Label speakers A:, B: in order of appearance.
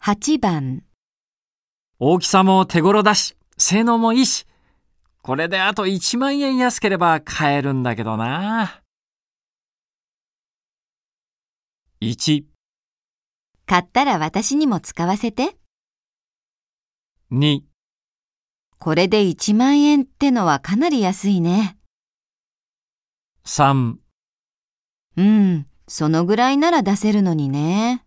A: 8番、
B: 大きさも手頃だし、性能もいいし、これであと1万円安ければ買えるんだけどな。1、
A: 買ったら私にも使わせて。
B: 2、
A: これで1万円ってのはかなり安いね。
B: 3。
A: うん、そのぐらいなら出せるのにね。